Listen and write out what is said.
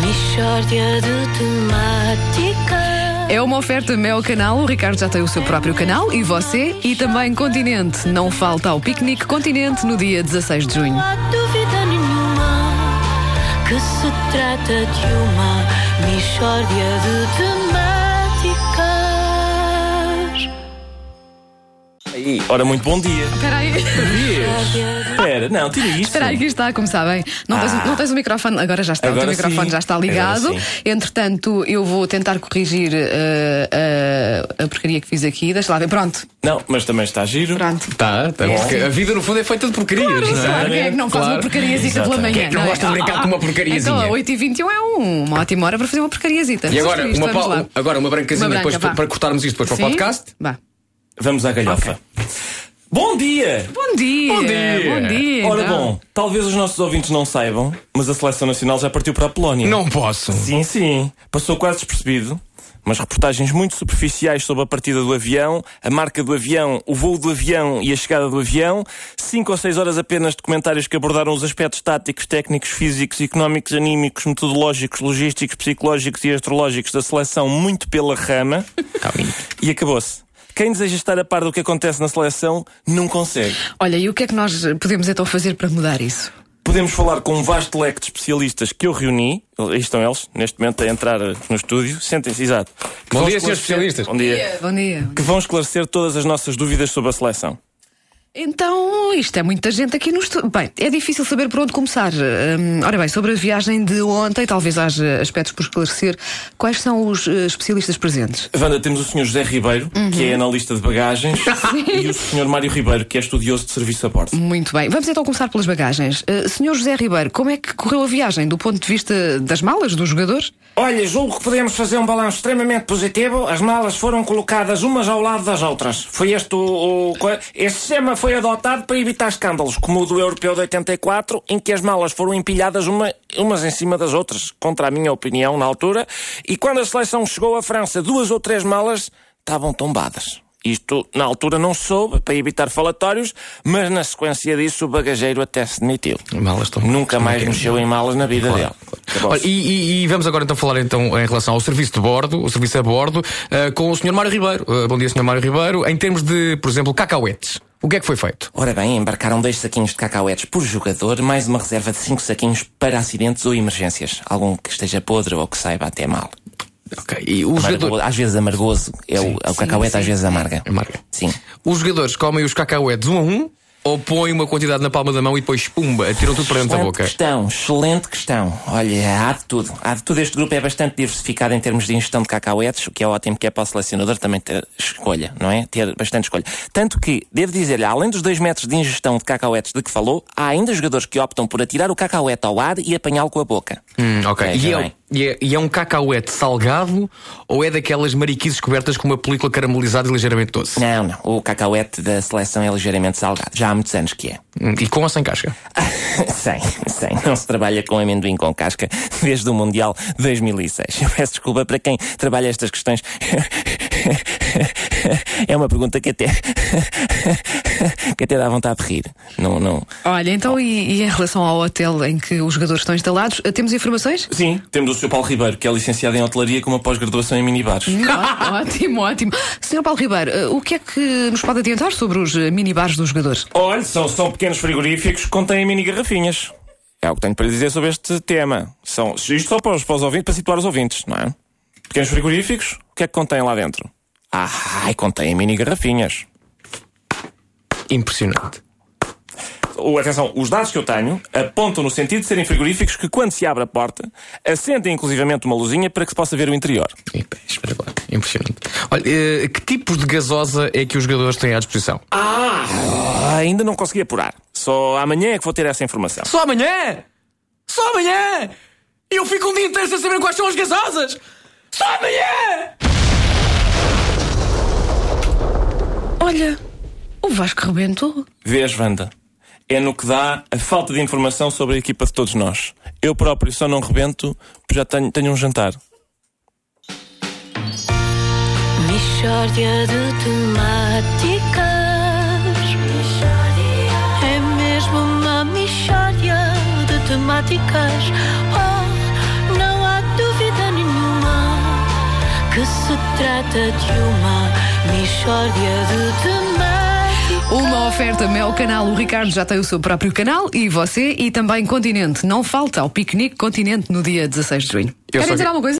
Michórdia de temática. É uma oferta meu canal, o Ricardo já tem o seu próprio canal e você e também Continente. Não falta ao piquenique Continente no dia 16 de junho. Não há dúvida nenhuma que se trata de uma Michórdia de temáticas. Aí. Ora, muito bom dia. Espera aí, Espera, não, tira isto. espera aí que isto está a começar bem. Não, Ah. tens, não tens o microfone, agora já está, o teu Agora microfone sim. já está ligado. Agora sim. Entretanto, eu vou tentar corrigir eh, a- a porcaria que fiz aqui. Deixa lá ver, pronto, Não, mas também está giro. pronto. Tá, tá porque a vida no fundo é feita de porcarias, não é? Claro, quem é que não faz uma Claro. porcariazita pela Exato. manhã? Quem é que não gosta de brincar com uma porcariazinha? Então, a 8h21 é um- uma ótima hora para fazer uma porcariazita. E agora Vamos uma, lá. pau- agora uma brancazinha Uma depois branca, para, vá. para cortarmos isto depois para Sim? o podcast. Vá. Vamos à galhofa. Bom dia! Bom dia! Bom dia. Bom dia! Ora então. bom, talvez os nossos ouvintes não saibam, mas a seleção nacional já partiu para a Polónia. Não posso. Sim, sim. Passou quase despercebido. Mas reportagens muito superficiais sobre a partida do avião, a marca do avião, o voo do avião e a chegada do avião. Cinco ou seis horas apenas de comentários que abordaram os aspectos táticos, técnicos, físicos, económicos, anímicos, metodológicos, logísticos, psicológicos e astrológicos da seleção, muito pela rama. e acabou-se. Quem deseja estar a par do que acontece na seleção não consegue. Olha, e o que é que nós podemos então fazer para mudar isso? Podemos falar com um vasto leque de especialistas que eu reuni. Aí estão eles, neste momento, a entrar eh, no estúdio. Sentem-se, exato. Que Bom vão dia, esclarecer- senhores especialistas. Bom dia. Bom dia! Que vão esclarecer todas as nossas dúvidas sobre a seleção. Então, isto é muita gente aqui no estúdio. Bem, é difícil saber por onde começar. Hum, ora bem, sobre a viagem de ontem, talvez haja aspectos por esclarecer. Quais são os eh, especialistas presentes? Wanda, temos o Sr. José Ribeiro, que é analista de bagagens, e o Sr. Mário Ribeiro, que é estudioso de serviço a bordo. Muito bem, vamos então começar pelas bagagens. Eh, senhor José Ribeiro, como é que correu a viagem do ponto de vista das malas dos jogadores? Olha, julgo que podemos fazer um balanço extremamente positivo. As malas foram colocadas umas ao lado das outras. Foi este o. o co- este sistema foi adotado para evitar escândalos, como o do europeu de 84, em que as malas foram empilhadas uma- umas em cima das outras, contra a minha opinião na altura. E quando a seleção chegou à França, duas ou três malas estavam tombadas. Isto, na altura, não se soube, para evitar falatórios, mas na sequência disso, o bagageiro até se demitiu. Malas estão- Nunca estão mais aqui. mexeu em malas na vida dele. Acabou-se. Olha, e, e- e vamos agora então falar então em relação ao serviço de bordo, o serviço a bordo, eh, com o Sr. Mário Ribeiro. Eh, bom dia, Sr. Mário Ribeiro. Em termos de, por exemplo, cacauetes, o que é que foi feito? Ora bem, embarcaram dois saquinhos de cacauetes por jogador, mais uma reserva de cinco saquinhos para acidentes ou emergências. Algum que esteja podre ou que saiba até mal. Ok, e os, Amargo- jogador- Às vezes amargoso. É o, é o cacauete às vezes amarga. Amarga. Sim. os jogadores comem os cacauetes um a um ou põem uma quantidade na palma da mão e depois, pumba, tiram tudo para dentro da Excelente boca? questão, excelente questão. Olha, há de tudo. Há de tudo. Este grupo é bastante diversificado em termos de ingestão de cacauetes, o que é ótimo, que é para o selecionador também ter escolha, não é? Ter bastante escolha. Tanto que, devo dizer-lhe, além dos dois metros de ingestão de cacauetes de que falou, há ainda jogadores que optam por atirar o cacauete ao ar e apanhá-lo com a boca. Hum, ok. Veja E é, bem. e, é, e é um cacauete salgado ou é daquelas mariquices cobertas com uma película caramelizada e ligeiramente doce? Não, não. O cacauete da seleção é ligeiramente salgado. Já há muitos anos que é. Hum, E com ou sem casca? Sem, sem. Não se trabalha com amendoim com casca desde o Mundial 2006. Eu peço desculpa para quem trabalha estas questões. É uma pergunta que até. que até dá vontade de rir. Não, não. Olha, então e, e em relação ao hotel em que os jogadores estão instalados, eh, temos informações? Sim, temos o Sr. Paulo Ribeiro, que é licenciado em hotelaria com uma pós-graduação em minibares. Ó- ótimo, ótimo. Senhor Paulo Ribeiro, eh, o que é que nos pode adiantar sobre os eh, minibars dos jogadores? Olha, são, são pequenos frigoríficos que contêm mini garrafinhas. É o que tenho para dizer sobre este tema. São, isto só para os, para os ouvintes, para situar os ouvintes, não é? Pequenos frigoríficos, o que é que contém lá dentro? Ai, contém mini garrafinhas. Impressionante. O- atenção, os dados que eu tenho apontam no sentido de serem frigoríficos que, quando se abre a porta, acendem inclusivamente uma luzinha para que se possa ver o interior. Epá, espetacular. Impressionante. Olha, eh, que tipos de gasosa é que os jogadores têm à disposição? Ah, ainda não consegui apurar. Só amanhã é que vou ter essa informação. Só amanhã! Só amanhã! Eu fico um dia inteiro sem saber quais são as gasosas! Só amanhã! Olha, o Vasco rebentou. Vês, Wanda? É no que dá a falta de informação sobre a equipa de todos nós. Eu próprio só não rebento, porque já tenho, tenho um jantar. Michórdia de temáticas. É mesmo Ah, uma Michórdia de temáticas. Oh, não há dúvida. trata de uma mistória de temáticas. Uma oferta Mel Canal. O Ricardo já tem o seu próprio canal e você e também Continente. Não falta ao piquenique Continente no dia 16 de junho. Eu Querem só dizer que- alguma coisa?